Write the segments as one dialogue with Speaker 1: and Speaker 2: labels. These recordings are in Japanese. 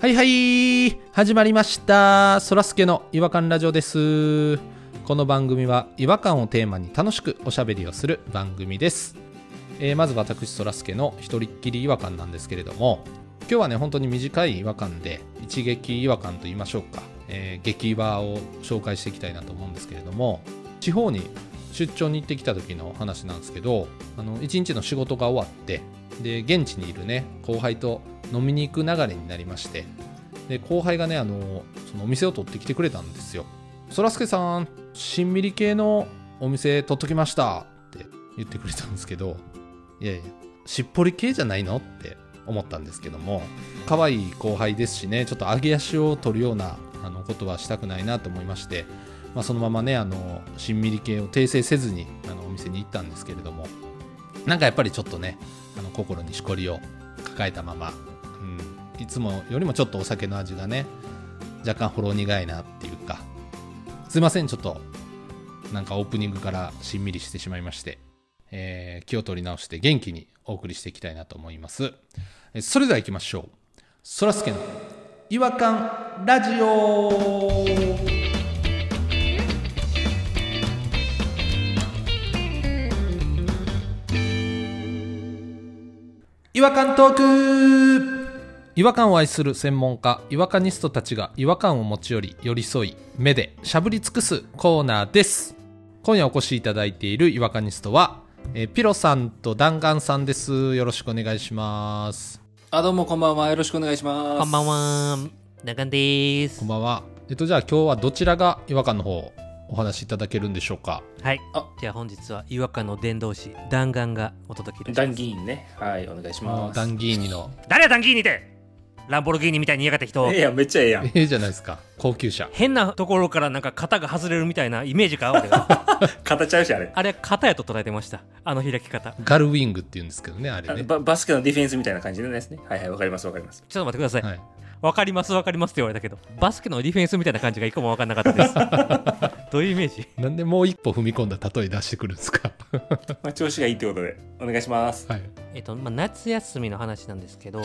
Speaker 1: はいはい始まりましたそらすけの違和感ラジオですこの番組は違和感をテーマに楽しくおしゃべりをする番組です、えーまず私そらすけの一人っきり違和感なんですけれども今日はね本当に短い違和感で一撃違和感と言いましょうか、えー激違和を紹介していきたいなと思うんですけれども地方に出張に行ってきた時の話なんですけどあの一日の仕事が終わってで現地にいるね後輩と飲みに行く流れになりましてで後輩がねあのそのお店を取ってきてくれたんですよ「そらすけさんしんみり系のお店取っときました」って言ってくれたんですけどいやいやしっぽり系じゃないのって思ったんですけども可愛い後輩ですしねちょっと揚げ足を取るようなあのことはしたくないなと思いまして、まあ、そのままねあのしんみり系を訂正せずにあのお店に行ったんですけれどもなんかやっぱりちょっとねあの心にしこりを抱えたまま、うん、いつもよりもちょっとお酒の味がね若干ほろ苦いなっていうかすいませんちょっとなんかオープニングからしんみりしてしまいまして、えー気を取り直して元気にお送りしていきたいなと思いますえーそれでは行きましょうそらすけの違和感ラジオ違和感トーク違和感を愛する専門家違和感ニストたちが違和感を持ち寄り寄り添い目でしゃぶり尽くすコーナーです今夜お越しいただいている違和感ニストは、えーピロさんと弾丸さんですよろしくお願いします
Speaker 2: あ、どうもこんばんは。よろしくお願いします。
Speaker 3: こんばん。は、なかんでーす
Speaker 1: こん。ばんは。えっと、じゃあ今日はどちらが違和感の方お話しいただけるんでしょうか。
Speaker 3: はい
Speaker 2: あ。
Speaker 3: じゃあ本日は違和感の伝道師、弾丸がお届けい
Speaker 2: ダ
Speaker 3: たし
Speaker 2: ン
Speaker 3: ます。
Speaker 2: ギーンね。はい、お願いし
Speaker 1: あ
Speaker 2: ま
Speaker 1: ー
Speaker 2: す。
Speaker 1: ダンギーニの、
Speaker 3: 誰やダンギーニってランボルギーニみたいに言いやがった人
Speaker 2: い。や、めっちゃええや
Speaker 1: え。えじゃないですか。高級車。
Speaker 3: 変なところからなんか型が外れるみたいなイメージか俺は
Speaker 2: 肩ちゃうし、あれ。
Speaker 3: あれ型やと捉えてました。あの開き方。ちょ
Speaker 1: ガルウィングって言うんですけどね、あれ
Speaker 2: あの
Speaker 1: ね。
Speaker 2: ババスケのディフェンスみたいな感じのやつね。はいはい、わかります、わかります。
Speaker 3: っと待ってください。わ、
Speaker 1: はい。
Speaker 3: かりますわかりますって言われたけど、バスケのディフェンスみたいな感じが一個もわかんなかっ たです。どういうイメージ
Speaker 1: なんでもう一歩踏み込んだ例え出してくるんですか。
Speaker 2: まあ、調子がいいってことで、お願いします。
Speaker 1: はい。
Speaker 3: えっと、まあ、夏休みの話なんですけど、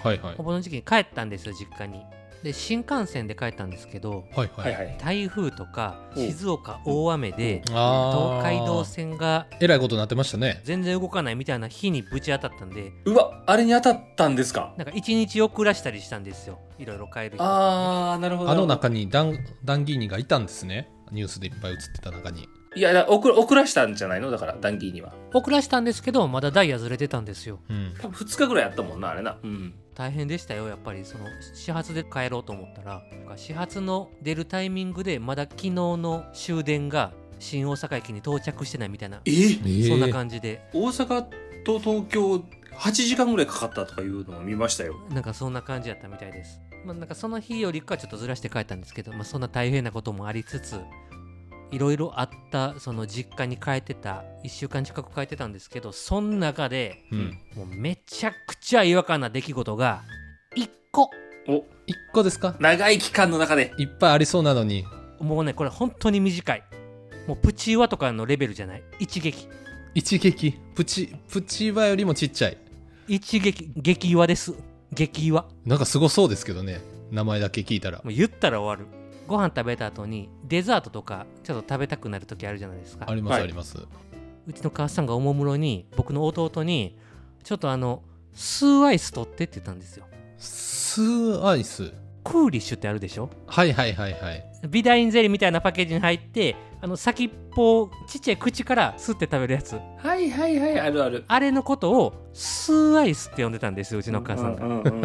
Speaker 1: はいはい
Speaker 3: お。盆の時期に帰ったんですよ、実家に。で、新幹線で帰ったんですけど、
Speaker 1: はい
Speaker 2: は
Speaker 1: はいい。
Speaker 2: はい。
Speaker 3: 台風とか
Speaker 2: おう
Speaker 3: 静岡大雨で
Speaker 1: あ
Speaker 3: 東
Speaker 1: ー
Speaker 3: 海道。線が
Speaker 1: えらいことになってましたね。
Speaker 3: 全然動かないみたいな日にぶち当たったんで
Speaker 2: うわ、あれに当たったんですか
Speaker 3: なんか一日遅らしたりしたんですよいろいろ変える人
Speaker 2: あー、なるほど。
Speaker 1: あの中にダンダンギーニがいたんですね。ニュースでいっぱい映ってた中に。
Speaker 2: いや、だから遅ら遅らしたんじゃないのだから、ダンギーには。
Speaker 3: 遅らしたんですけどまだダイヤずれてたんですよ
Speaker 1: うん。
Speaker 2: 多分2日ぐらいやったもんな、あれな。うん。
Speaker 3: 大変でしたよやっぱりその始発で帰ろうと思ったらなんか始発の出るタイミングでまだ昨日の終電が新大阪駅に到着してないみたいな
Speaker 2: え
Speaker 1: ええ
Speaker 3: そんな感じで
Speaker 2: 大阪と東京、8時間ぐらいかかったとかいうのを見ましたよ。
Speaker 3: なんかそんな感じやったみたいです。まあ、なんかその日よりかはちょっとずらして帰ったんですけど、まあ、そんな大変なこともありつついろいろあったその実家に帰ってた1週間近く帰ってたんですけどその中で
Speaker 1: うん。
Speaker 3: もうめちゃくちゃ違和感な出来事が1個
Speaker 2: お、
Speaker 1: 一個ですか
Speaker 2: 長い期間の中で。
Speaker 1: いっぱいありそうなのに、
Speaker 3: もうねこれ本当に短いもうプチ岩とかのレベルじゃない一撃
Speaker 1: 一撃。プチ、プチはよりもちっちゃい。
Speaker 3: 一撃激岩です激岩
Speaker 1: なんかすごそうですけどね。名前だけ聞いたら。
Speaker 3: もう言ったら終わるご飯食べた後にデザートとかちょっと食べたくなる時あるじゃないですか
Speaker 1: あります、
Speaker 2: はい
Speaker 1: あります。
Speaker 3: うちの母さんがおもむろに僕の弟にちょっとあのスーアイス取ってって言ったんですよ
Speaker 1: スーアイス。
Speaker 3: クーリッシュってあるでしょ
Speaker 1: はいはいはいはい。
Speaker 3: ビダインゼリーみたいなパッケージに入ってあの先っぽちっちゃい口から吸って食べるやつ
Speaker 2: はいはいはい、あるある。
Speaker 3: あれのことをスーアイスって呼んでたんですようちの母さんが、
Speaker 2: うんうんうんうんうんう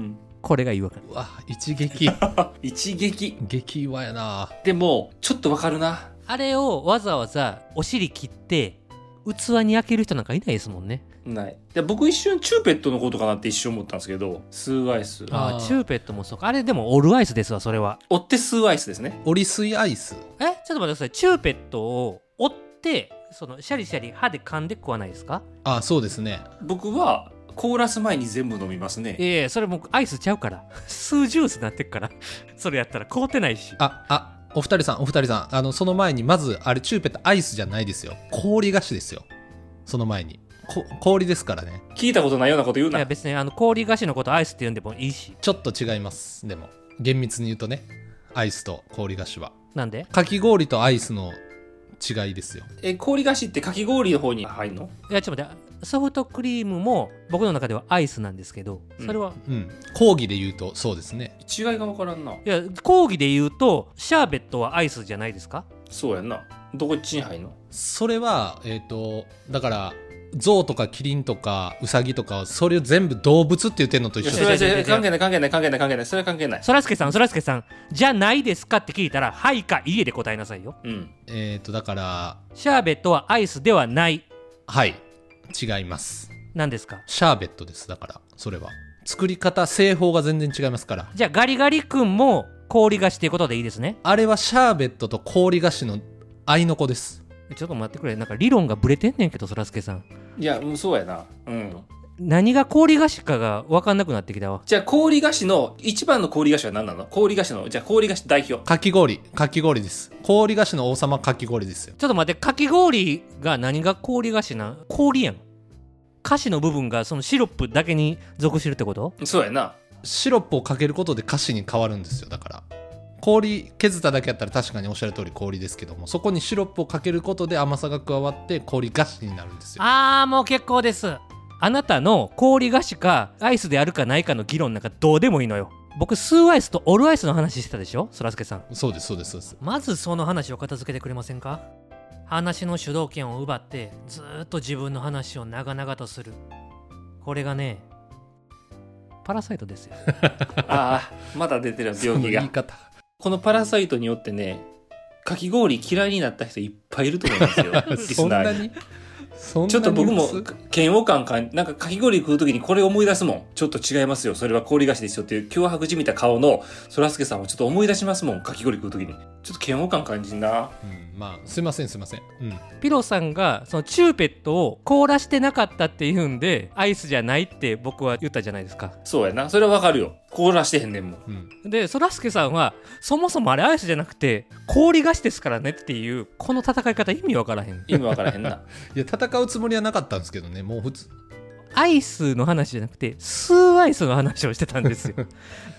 Speaker 2: ん
Speaker 3: これが違和感
Speaker 1: うわ、一 撃。
Speaker 2: 一撃
Speaker 1: 激弱やな
Speaker 2: でもちょっとわかるな
Speaker 3: あれをわざわざお尻切って器に開ける人なんかいないですもんね
Speaker 2: ないで僕一瞬チューペットのことかなって一瞬思ったんですけどスーアイス
Speaker 1: あー
Speaker 3: ああチューペットもそうかあれでもオルアイスですわそれは
Speaker 2: 追ってスーアイスですね
Speaker 1: オリスイアイス。
Speaker 3: えちょっと待ってくださいチューペットを折ってそのシャリシャリ歯で噛んで食わないですか
Speaker 1: あ、そうですね。
Speaker 2: 僕はコーラス前に全部飲みますね
Speaker 3: ええそれもうアイスちゃうから スージュースなってっから それやったら凍ってないし
Speaker 1: あ、あ、お二人さん、お二人さん。あの、その前に、まず、あれ、チューペットアイスじゃないですよ。氷菓子ですよ。その前に。こ氷ですからね
Speaker 2: 聞いたことないようなこと言う
Speaker 3: いや
Speaker 2: な。
Speaker 3: 別にあの氷菓子のことアイスって言うんでもいいし
Speaker 1: ちょっと違いますでも厳密に言うとねアイスと氷菓子は
Speaker 3: なんで
Speaker 1: かき氷とアイスの違いですよ
Speaker 2: え、氷菓子ってかき氷の方に入んの
Speaker 3: いやちょっと待ってソフトクリームも僕の中ではアイスなんですけどそれは、
Speaker 1: うん講義で言うとそうですね
Speaker 2: 違いがわからんな。
Speaker 3: いや講義で言うとシャーベットはアイスじゃないですか
Speaker 2: そうやんな。どこっちに入んの
Speaker 1: それはえっ、とだから象とかキリンとかウサギとかそれを全部動物って言ってんのと
Speaker 2: い
Speaker 1: 一
Speaker 2: や、
Speaker 1: 緒
Speaker 2: そ
Speaker 1: で
Speaker 2: れ
Speaker 1: す
Speaker 2: はそれは関係ない関係ない関係ない関係ない。それは関係ない。
Speaker 3: そらすけさんそらすけさんじゃないですかって聞いたらはいかいいえで答えなさいよ
Speaker 2: うん。
Speaker 1: えっ、とだから
Speaker 3: シャーベットはアイスではない
Speaker 1: はい違います
Speaker 3: なんですか
Speaker 1: シャーベットですだからそれは作り方製法が全然違いますから
Speaker 3: じゃあガリガリ君も氷菓子っていうことでいいですね
Speaker 1: あれはシャーベットと氷菓子の合いの子です
Speaker 3: ちょっと待ってくれなんか理論がブレてんねんけどそらすけさん
Speaker 2: いや、うん、そうやな。うん。
Speaker 3: 何が氷菓子かが分かんなくなってきたわ
Speaker 2: じゃあ、氷菓子の、一番の氷菓子は何なの氷菓子の、じゃあ、氷菓子代表。
Speaker 1: かき氷かき氷です氷菓子の王様かき氷ですよ
Speaker 3: ちょっと待ってかき氷が何が氷菓子なん氷やん菓子の部分がそのシロップだけに属してるってこと
Speaker 2: そうやな。
Speaker 1: シロップをかけることで菓子に変わるんですよだから氷削っただけやったら確かにおっしゃる通り氷ですけどもそこにシロップをかけることで甘さが加わって氷菓子になるんですよ
Speaker 3: あーもう結構ですあなたの氷菓子かアイスであるかないかの議論なんかどうでもいいのよ僕スーアイスとオルアイスの話してたでしょそらすけさん
Speaker 1: そうですそうですそうです
Speaker 3: まずその話を片付けてくれませんか話の主導権を奪ってずーっと自分の話を長々とするこれがねパラサイトですよ
Speaker 2: ああ、まだ出てる病気
Speaker 1: その
Speaker 2: が
Speaker 1: 言い。方
Speaker 2: このパラサイトによってね、かき氷嫌いになった人いっぱいいると思い ますよ。 リス
Speaker 1: そん
Speaker 2: ナ
Speaker 1: な
Speaker 2: ーに。
Speaker 1: にそんなに
Speaker 2: ちょっと僕も
Speaker 1: 薄
Speaker 2: 嫌悪感かん、なんかかき氷食うときにこれ思い出すもん。ちょっと違いますよ。それは氷菓子ですよっていう脅迫じみた顔のそらすけさんをちょっと思い出しますもん。かき氷食うときに。ちょっと嫌悪感感じんな。
Speaker 1: うん、まあすいませんすいません、うん、
Speaker 3: ピロさんがそのチューペットを凍らしてなかったっていうんでアイスじゃないって僕は言ったじゃないですか
Speaker 2: そうやな。それはわかるよ。凍らしてへんねんもん。
Speaker 1: うん、
Speaker 3: でそらすけさんはそもそもあれアイスじゃなくて氷菓子ですからねっていうこの戦い方意味わからへん
Speaker 2: 意味わからへんな。
Speaker 1: いや戦うつもりはなかったんですけどねもう普通
Speaker 3: アイスの話じゃなくてスーアイスの話をしてたんですよ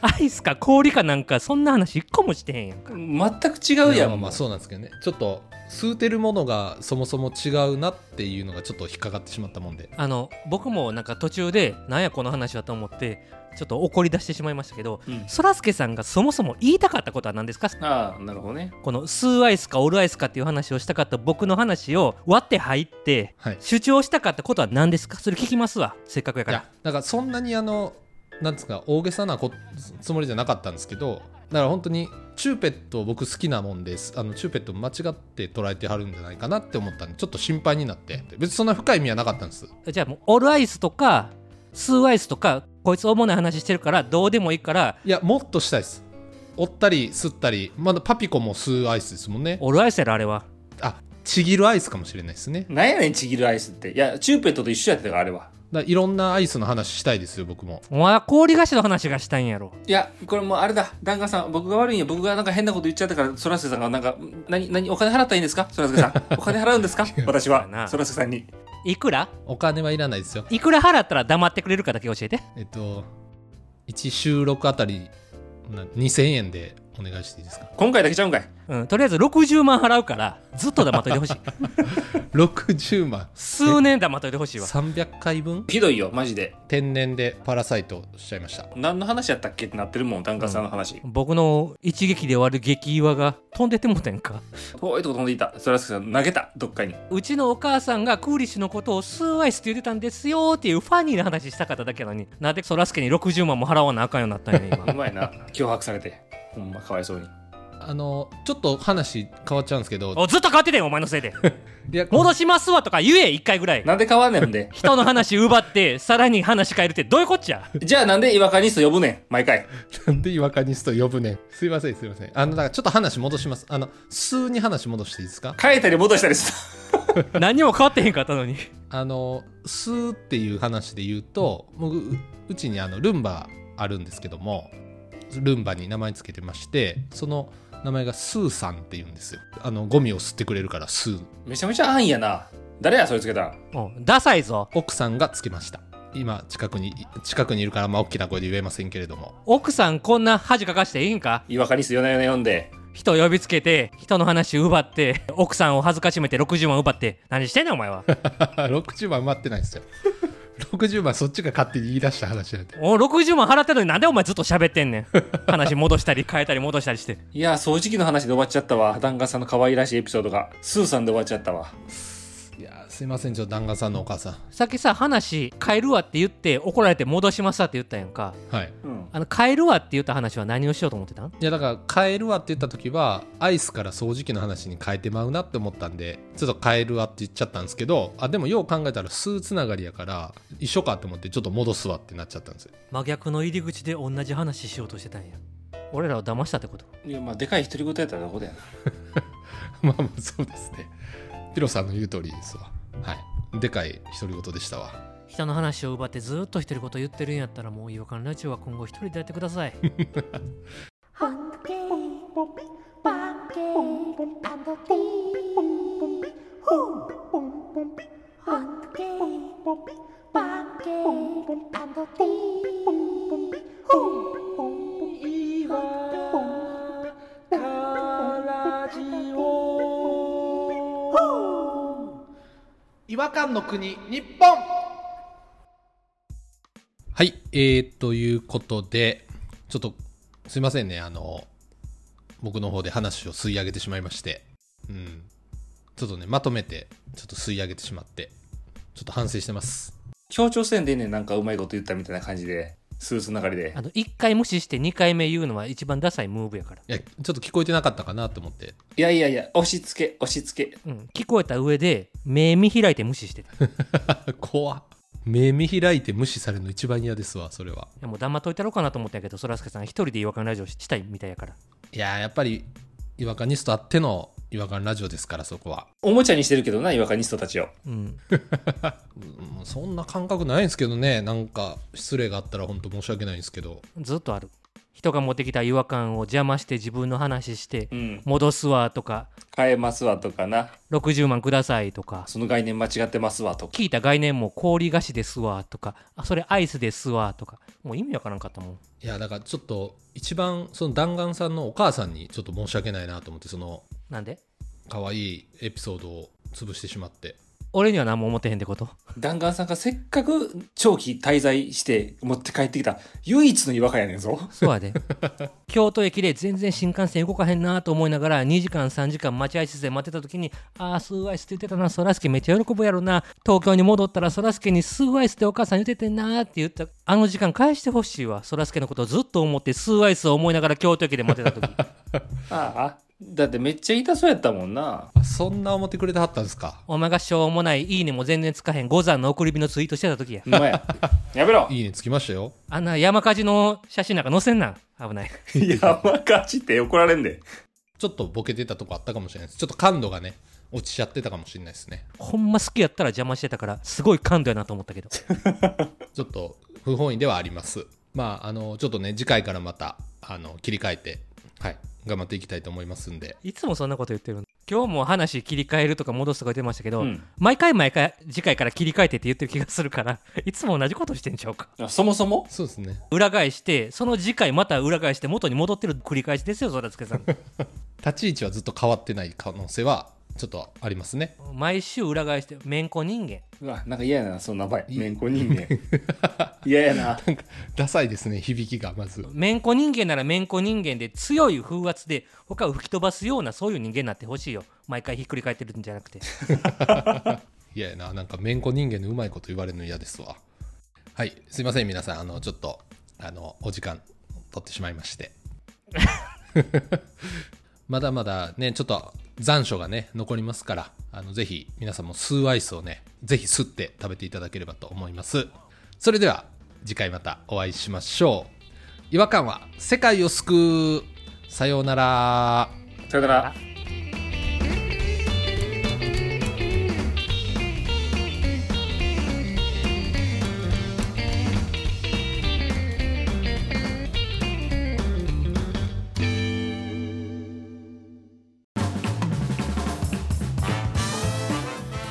Speaker 3: アイスか氷かなんかそんな話一個もしてへんやんか
Speaker 2: 全く違う
Speaker 1: いや
Speaker 2: や
Speaker 1: まあ
Speaker 2: ん。
Speaker 1: まあそうなんですけどねちょっと吸うてるものがそもそも違うなっていうのがちょっと引っかかってしまったもんで
Speaker 3: あの僕もなんか途中でなんやこの話はと思ってちょっと怒り出してしまいましたけど
Speaker 2: うん
Speaker 3: そらすけさんがそもそも言いたかったことは何ですか
Speaker 2: ああ、なるほどね。
Speaker 3: このスーアイスかオルアイスかっていう話をしたかった僕の話を割って入って
Speaker 1: はい
Speaker 3: 主張したかったことは何ですかそれ聞きますわせっかくや
Speaker 1: い
Speaker 3: から
Speaker 1: やだからそんなにあのなんですか大げさなこつもりじゃなかったんですけどだから本当にチューペット僕好きなもんですあのチューペット間違って捉えてはるんじゃないかなって思ったんでちょっと心配になって別にそんな深い意味はなかったんです
Speaker 3: じゃあもうオルアイスとかスーアイスとかこいつ主な話してるからどうでもいいから
Speaker 1: いやもっとしたいです折ったり吸ったりまだパピコも吸うアイスですもんね
Speaker 3: オルアイスやろあれは
Speaker 1: あちぎるアイスかもしれないですね
Speaker 2: なんやねん、ちぎるアイスって。いや、チューペットと一緒やったから、あれは。
Speaker 1: だからいろんなアイスの話したいですよ僕も
Speaker 3: お前は氷菓子の話がしたいんやろ
Speaker 2: いや、これもうあれだ、旦那さん、僕が悪いんや、僕がなんか変なこと言っちゃったから、そらすけさんが、なんか、ん何、何、お金払ったらいいんですかそらすけさん。 お金払うんですか私
Speaker 3: そうやな
Speaker 2: は、そらすけさんに。
Speaker 3: いくら
Speaker 1: お金はいらないですよ
Speaker 3: いくら払ったら黙ってくれるかだけ教えて
Speaker 1: えっと1収録あたりな2000円でお願いしていいですか
Speaker 2: 今回だけちゃうんかい。
Speaker 3: うんとりあえず60万払うからずっと黙っといてほしい
Speaker 1: 60万
Speaker 3: 数年黙っといてほしいわ
Speaker 1: 300回分
Speaker 2: ひどいよ、マジで。
Speaker 1: 天然でパラサイトしちゃいました
Speaker 2: 何の話やったっけってなってるもん、旦那さんの話。
Speaker 3: 僕の一撃で終わる激岩が飛んでってもうたやんか
Speaker 2: 遠いとこ飛んでいた。そらすけさん、投げた、どっかに。
Speaker 3: うちのお母さんがクーリッシュのことをスーアイスって言ってたんですよっていうファニーな話したかっただけなのになんでそらすけに60万も払わなあかんようになったんやね
Speaker 2: う
Speaker 3: 今
Speaker 2: まいな。脅迫されて。ほんま、かわいそうに。
Speaker 1: あのちょっと話変わっちゃうんですけど
Speaker 3: おずっと変わってたよお前のせいで
Speaker 1: いや
Speaker 3: 戻しますわとか言え一回ぐらい。
Speaker 2: なんで変わんねんほんで
Speaker 3: 人の話奪ってさらに話変えるってどういうこっちゃ
Speaker 2: じゃあなんで違和感ニスト呼ぶねん、毎回。
Speaker 1: なんで違和感にスト呼ぶねんすいませんすいませんあのだからちょっと話戻しますあの数に話戻していいですか
Speaker 2: 変えたり戻したりす
Speaker 3: 何も変わってへんかったのに
Speaker 1: あのスーっていう話で言うと僕ううちにあのルンバあるんですけどもルンバに名前つけてましてその名前がスーさんっていうんですよあのゴミを吸ってくれるからスー
Speaker 2: る。めちゃめちゃ安易やな。誰やそれつけたん
Speaker 3: うん、ダサいぞ
Speaker 1: 奥さんがつけました今近くに近くにいるからまあ大きな声で言えませんけれども
Speaker 3: 奥さんこんな恥かかしていいんか
Speaker 2: 違和感にすよなよな読んで
Speaker 3: 人呼びつけて人の話奪って奥さんを恥ずかしめて60万奪って何してんねんお前は
Speaker 1: 60万埋まってないですよ 60万そっちが勝手に言い出した話なんで
Speaker 3: お60万払ってるのになんでお前ずっと喋ってんねん話戻したり変えたり戻したりして
Speaker 2: いやー掃除機の話で終わっちゃったわ弾丸さんの可愛らしいエピソードがスーさんで終わっちゃったわ
Speaker 1: いやーすいませんちょっと弾丸さんのお母さん
Speaker 3: さっきさ話変えるわって言って怒られて戻しますわって言ったやんか
Speaker 1: はい
Speaker 2: うん
Speaker 3: あの変えるわって言った話は何をしようと思ってたん
Speaker 1: いやだから変えるわって言った時はアイスから掃除機の話に変えてまうなって思ったんでちょっと変えるわって言っちゃったんですけどあでもよう考えたらスーつながりやから一緒かと思ってちょっと戻すわってなっちゃったんですよ
Speaker 3: 真逆の入り口で同じ話しようとしてたんや俺らを騙したってこと
Speaker 2: いやまあでかい独り言やったらどこだよな
Speaker 1: まあまあそうですね。ピロさんの言う通りですわ。はい。でかい独り言でしたわ。
Speaker 3: 人の話を奪ってずっと独り言言ってるんやったらもう違和感ラジオは今後一人でやってくだ さい
Speaker 4: Hunky,
Speaker 5: 違和感の国日本
Speaker 1: はい。えー、ということで、ちょっとすいませんね。あの、僕の方で話を吸い上げてしまいまして。うん。ちょっとね、まとめて、ちょっと吸い上げてしまって、ちょっと反省してます。
Speaker 2: 協調せんでねんなんかうまいこと言ったみたいな感じでスーツの流れで
Speaker 3: あの1回無視して2回目言うのは一番ダサいムーブやから、
Speaker 1: いや、ちょっと聞こえてなかったかなと思って。
Speaker 2: いやいやいや押し付け押し付け
Speaker 3: うん、聞こえた上で目見開いて無視してたい
Speaker 1: 怖っ目見開いて無視されるの一番嫌ですわ、それは。
Speaker 3: やもう黙っといたろうかなと思ったんやけどそらすけさん一人で違和感ラジオしたいみたいやから
Speaker 1: いやー、やっぱり、違和感ニストあっての違和感ラジオですから、そこは。
Speaker 2: おもちゃにしてるけどな違和感ニストたちを
Speaker 3: うん
Speaker 1: うんそんな感覚ないんですけどねなんか失礼があったら本当申し訳ないんですけど
Speaker 3: ずっとある人が持ってきた違和感を邪魔して自分の話して
Speaker 2: うん
Speaker 3: 戻すわとか
Speaker 2: 変えますわとかな
Speaker 3: 60万くださいとか
Speaker 2: その概念間違ってますわとか
Speaker 3: 聞いた概念も氷菓子ですわとかあそれアイスですわとかもう意味わからんかったもん
Speaker 1: いやだからちょっと一番その弾丸さんのお母さんにちょっと申し訳ないなと思ってその
Speaker 3: なんで
Speaker 1: 可愛いエピソードを潰してしまって
Speaker 3: 俺には何も思ってへんってこと
Speaker 2: 弾丸さんがせっかく長期滞在して持って帰ってきた唯一の違和感やねんぞ
Speaker 3: そうやで京都駅で全然新幹線動かへんなと思いながら2時間3時間待合室で待ってた時に「ああスーアイスって言ってたなそらすけめっちゃ喜ぶやろな東京に戻ったらそらすけにスーアイスってお母さん言っててんな」って言ったあの時間返してほしいわそらすけのことをずっと思ってスーアイスを思いながら京都駅で待ってた時
Speaker 2: ああだってめっちゃ痛そうやったもんな
Speaker 1: あそんな思ってくれてはったんですか
Speaker 3: お前がしょうもない「いいね」も全然つかへん五山の送り火のツイートしてた時や
Speaker 2: お 前やめろ
Speaker 1: いいねつきましたよ
Speaker 3: あんな山火事の写真なんか載せんな危ない
Speaker 2: 山火事って怒られんで
Speaker 1: ちょっとボケてたとこあったかもしれないですちょっと感度がね落ちちゃってたかもしれないですね
Speaker 3: ほんま好きやったら邪魔してたからすごい感度やなと思ったけど
Speaker 1: ちょっと不本意ではありますまああのちょっとね次回からまたあの切り替えてはい頑張っていきたいと思いますんで
Speaker 3: いつもそんなこと言ってるの今日も話切り替えるとか戻すとか言ってましたけど、
Speaker 2: うん
Speaker 3: 毎回毎回次回から切り替えてって言ってる気がするからいつも同じことしてんちゃうか
Speaker 2: そもそも
Speaker 1: そうですね
Speaker 3: 裏返してその次回また裏返して元に戻ってる繰り返しですよそらすけさん
Speaker 1: 立ち位置はずっと変わってない可能性はちょっとありますね
Speaker 3: 毎週裏返してめんこ人間
Speaker 2: うわなんか嫌やなその名前めんこ人間嫌やな
Speaker 1: ダサいですね響きがまず
Speaker 3: めんこ人間ならめんこ人間で強い風圧で他を吹き飛ばすようなそういう人間になってほしいよ毎回ひっくり返ってるんじゃなくて
Speaker 1: いやななんかめんこ人間のうまいこと言われるの嫌ですわはいすいません皆さんあのちょっとあのお時間取ってしまいまして まだまだねちょっと残暑がね残りますからあのぜひ皆さんも吸うアイスをねぜひ吸って食べていただければと思いますそれでは次回またお会いしましょう違和感は世界を救うさようなら
Speaker 2: さよなら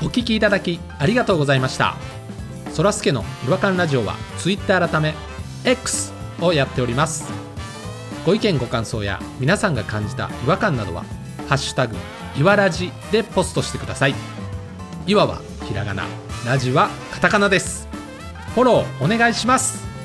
Speaker 1: お聞きいただきありがとうございましたそらすけの違和感ラジオは Twitter 改め X をやっておりますご意見ご感想や皆さんが感じた違和感などは「ハッシュタグいわらじ」でポストしてくださいいわはひらがなラジはカタカナですフォローお願いします